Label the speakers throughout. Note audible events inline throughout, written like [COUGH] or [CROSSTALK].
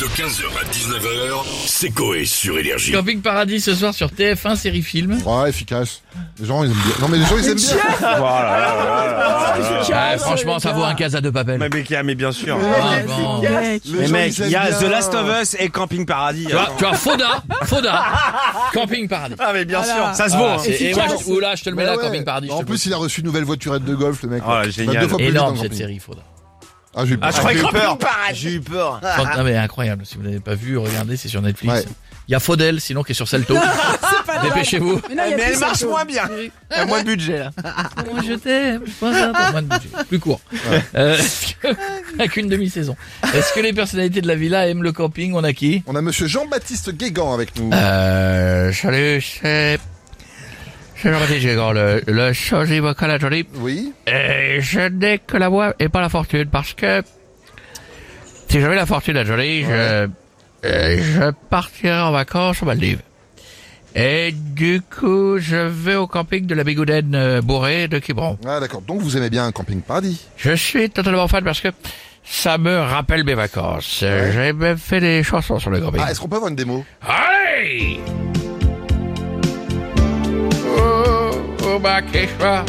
Speaker 1: De 15h à 19h, c'est Coé sur Énergie.
Speaker 2: Camping Paradis ce soir sur TF1 série film.
Speaker 3: Ouais, efficace. Les gens, ils aiment bien. Non, mais les gens, ils aiment bien.
Speaker 2: [LAUGHS] Ah, franchement, ça vaut un casa de papel.
Speaker 4: Mais Beckham, mais bien sûr.
Speaker 2: Ah, bon.
Speaker 3: Les
Speaker 4: Mais
Speaker 3: gens,
Speaker 4: mec,
Speaker 3: ils
Speaker 4: il
Speaker 3: aiment
Speaker 4: y a
Speaker 3: bien.
Speaker 4: The Last of Us et Camping Paradis.
Speaker 2: Tu vois, tu vois, Foda, Foda, [LAUGHS] Camping Paradis.
Speaker 4: Ah mais bien sûr, ça se vaut.
Speaker 2: Ah,
Speaker 4: hein.
Speaker 2: c'est- et moi, je- ou là, je te le mets
Speaker 3: Bah Ouais,
Speaker 2: là,
Speaker 3: ouais.
Speaker 2: Camping Paradis. je
Speaker 3: En
Speaker 2: te le
Speaker 3: plus, il a reçu une nouvelle voiturette de golf, le mec.
Speaker 4: Oh,
Speaker 3: Il va
Speaker 4: génial.
Speaker 3: deux fois
Speaker 2: mets.
Speaker 3: plus vite en
Speaker 2: énorme cette
Speaker 3: camping.
Speaker 2: série, Foda.
Speaker 3: Ah, j'ai eu
Speaker 4: Ah, je croyais
Speaker 3: peur.
Speaker 4: Camping
Speaker 5: J'ai eu peur.
Speaker 2: Fran- Non mais incroyable, si vous l'avez pas vu, regardez, c'est sur Netflix.
Speaker 3: Ouais.
Speaker 2: Il y a Faudel, sinon qui est sur [LAUGHS] Salto. Dépêchez-vous.
Speaker 6: Mais, non, il y a
Speaker 4: Mais
Speaker 6: plus
Speaker 4: elle
Speaker 6: ça,
Speaker 4: marche
Speaker 6: toi.
Speaker 4: moins bien. Elle a moins de budget là.
Speaker 2: Moi je t'aime. Moins de budget. Plus court. Euh, [LAUGHS] est-ce que- avec une demi-saison. Est-ce que les personnalités de la villa aiment le camping On a qui
Speaker 3: On a monsieur Jean-Baptiste Guégan avec nous.
Speaker 2: euh, Salut, c'est... C'est Jean-Baptiste Guégan, le, le sosie vocal à Johnny.
Speaker 3: Oui.
Speaker 2: Et je n'ai que la voix et pas la fortune parce que si j'avais la fortune à Johnny, je, euh, je partirais en vacances aux Maldives. Et du coup, je vais au camping de la Bigoudaine euh, bourrée de Quiberon.
Speaker 3: Ah, d'accord. Donc, vous aimez bien un camping paradis.
Speaker 2: Je suis totalement fan parce que ça me rappelle mes vacances. Euh, J'ai même fait des chansons sur le camping.
Speaker 3: Ah, est-ce qu'on peut avoir une démo?
Speaker 2: Allez Oh, oh, bah, Keshwa.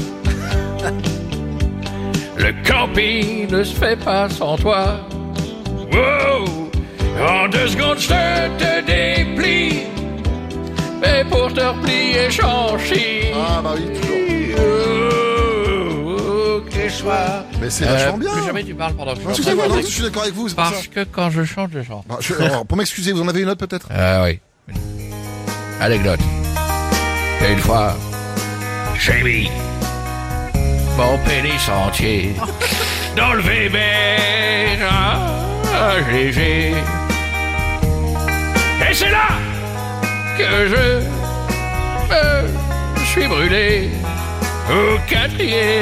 Speaker 2: [LAUGHS] Le camping ne se fait pas sans toi. Wow. En deux secondes, je te déplie. Mais pour te replier, j'en chie.
Speaker 3: Ah, bah oui, toujours.
Speaker 2: Oh, oh, Keshwa.
Speaker 3: Mais c'est vachement bien.
Speaker 2: Euh, Plus jamais tu parles pendant que je
Speaker 3: Non,
Speaker 2: chante.
Speaker 3: excusez-moi, non, je suis d'accord avec vous, c'est pour ça.
Speaker 2: Parce que quand je chante, je chante.
Speaker 3: Bah, je- alors, pour m'excuser, vous en avez une autre peut-être
Speaker 2: Ah oui. Anecdote. Il y a une fois, j'ai mis mon pénis entier dans le VB. léger. Et c'est là que je me suis brûlé au quatrième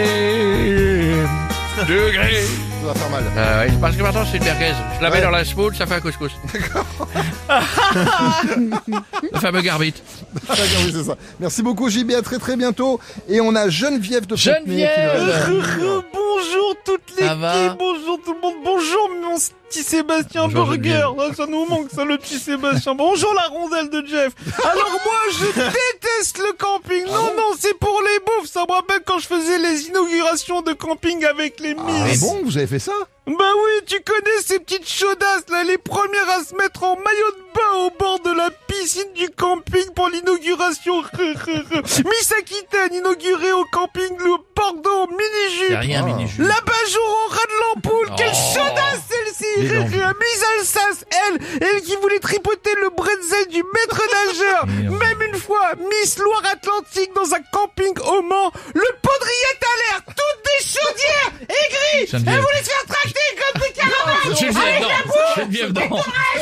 Speaker 2: degré.
Speaker 3: Ça
Speaker 2: [LAUGHS]
Speaker 3: va faire mal.
Speaker 2: Ah oui, parce que maintenant c'est une merguez. Je la mets
Speaker 3: Ouais.
Speaker 2: dans la spoon, ça fait un couscous. [LAUGHS] Le fameux garbite.
Speaker 3: D'accord, oui, c'est ça. Merci beaucoup, JB. À très très bientôt. Et on a Geneviève de Fontenay qui nous
Speaker 2: Geneviève
Speaker 3: répond.
Speaker 5: Bonjour toute
Speaker 2: Ça va
Speaker 5: l'équipe, bonjour tout le monde, bonjour mon petit Sébastien
Speaker 2: Bonjour,
Speaker 5: Burger, Ah, ça nous manque ça le petit Sébastien, bonjour la rondelle de Jeff. Alors moi
Speaker 2: [LAUGHS]
Speaker 5: je déteste le camping, non non c'est pour les bouffes, ça me rappelle quand je faisais les inaugurations de camping avec les
Speaker 3: Ah
Speaker 5: miss.
Speaker 3: bon, vous avez fait ça
Speaker 5: Bah oui, tu connais ces petites chaudasses là, les premières à se mettre en maillot de bain au bord de la piscine du camping pour l'inauguration. [LAUGHS] Miss Aquitaine inaugurée au camping le Bordeaux mini-jupe.
Speaker 2: C'est rien, mini-jupe.
Speaker 5: La Bajour au ras de l'ampoule, quelle
Speaker 2: Oh.
Speaker 5: chaudasse
Speaker 2: Dis
Speaker 5: celle-ci
Speaker 2: donc.
Speaker 5: Miss Alsace, elle, elle qui voulait tripoter le bretzel du maître nageur.
Speaker 2: [LAUGHS] Merde.
Speaker 5: Même une fois, Miss Loire-Atlantique dans un camping au Mans, le poudrier à l'air, toutes des chaudières aigries
Speaker 2: Geneviève.
Speaker 5: Elle voulait se faire tracter
Speaker 2: [LAUGHS]
Speaker 5: comme des caravanes
Speaker 2: Geneviève, non. Geneviève,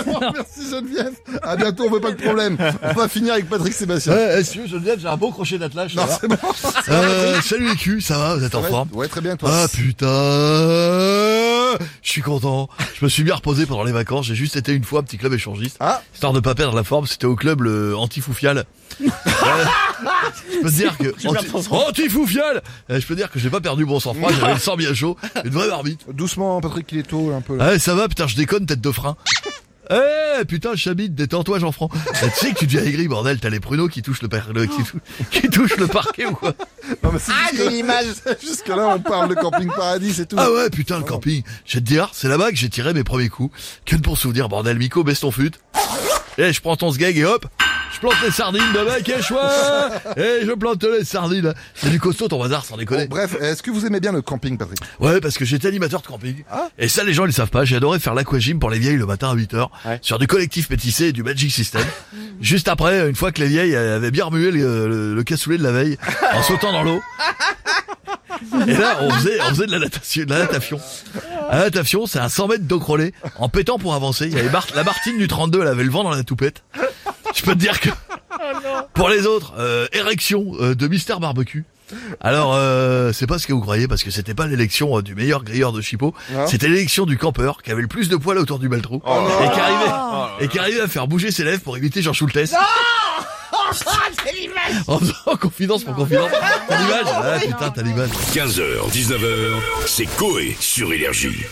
Speaker 2: non.
Speaker 3: [LAUGHS] Merci Geneviève. À bientôt, on veut pas de problème. On va finir avec Patrick Sébastien.
Speaker 7: Ouais, excusez Geneviève, j'ai un beau crochet d'attelage. ça
Speaker 3: Non,
Speaker 7: va.
Speaker 3: c'est bon.
Speaker 7: Euh, salut les culs, ça va, vous êtes en
Speaker 3: Ouais,
Speaker 7: forme
Speaker 3: Ouais, très bien toi.
Speaker 7: Ah putain Je suis content. Je me suis bien reposé pendant les vacances, j'ai juste été une fois petit club échangiste.
Speaker 3: Ah.
Speaker 7: Histoire de pas perdre la forme, c'était au club le antifoufial. [LAUGHS] Euh, je peux te dire que anti, antifoufial, Euh, je peux dire que j'ai pas perdu bon sang froid, j'avais le sang bien chaud, une vraie marmite.
Speaker 3: Doucement, hein, Patrick, il est tôt, là, un peu. là.
Speaker 7: Ouais, Eh, ça va, putain, je déconne, tête de frein. Eh, putain, Chabit, détends-toi, Jean-Franc. Eh, tu sais que tu deviens aigri, bordel, t'as les pruneaux qui touchent le, par- le- qui, tou- [LAUGHS] qui touchent le parquet ou quoi
Speaker 3: Non, mais c'est jusque- [LAUGHS]
Speaker 4: l'image.
Speaker 3: Jusque-là, on parle de camping paradis, c'est tout.
Speaker 7: Ah ouais, putain, le camping. Je vais te dire, c'est là-bas que j'ai tiré mes premiers coups. Que de bons souvenirs, bordel, Miko, baisse ton fut. Et je prends ton sgeg et hop, je plante les sardines de mec et chouin. Et je plante les sardines. C'est du costaud ton bazar, sans
Speaker 3: Bon,
Speaker 7: déconner.
Speaker 3: bref, est-ce que vous aimez bien le camping, Patrick
Speaker 7: Ouais, parce que j'étais animateur de camping. Et ça, les gens, ils le savent pas. J'ai adoré faire l'aquagym pour les vieilles le matin à 8h. Sur du collectif métissé et du Magic System. Juste après, une fois que les vieilles avaient bien remué le, le- le cassoulet de la veille, en sautant dans l'eau. Et là, on faisait, on faisait de la natation, de la natation. La natation, c'est à 100 mètres d'eau crôlée, en pétant pour avancer. Il y avait Mar- la Martine du 32, elle avait le vent dans la toupette. Je peux te dire que, pour les autres, euh, érection euh, de Mister Barbecue. Alors, euh, c'est pas ce que vous croyez, parce que c'était pas l'élection euh, du meilleur grilleur de chipot, c'était l'élection du campeur qui avait le plus de poils autour du baltrou et, qui arrivait, et qui arrivait à faire bouger ses lèvres pour imiter Jean Schultes. en faisant confidence pour confidence. T'as l'image Ah putain, t'as l'image.
Speaker 1: 15h, 19h, c'est Coé sur Énergie.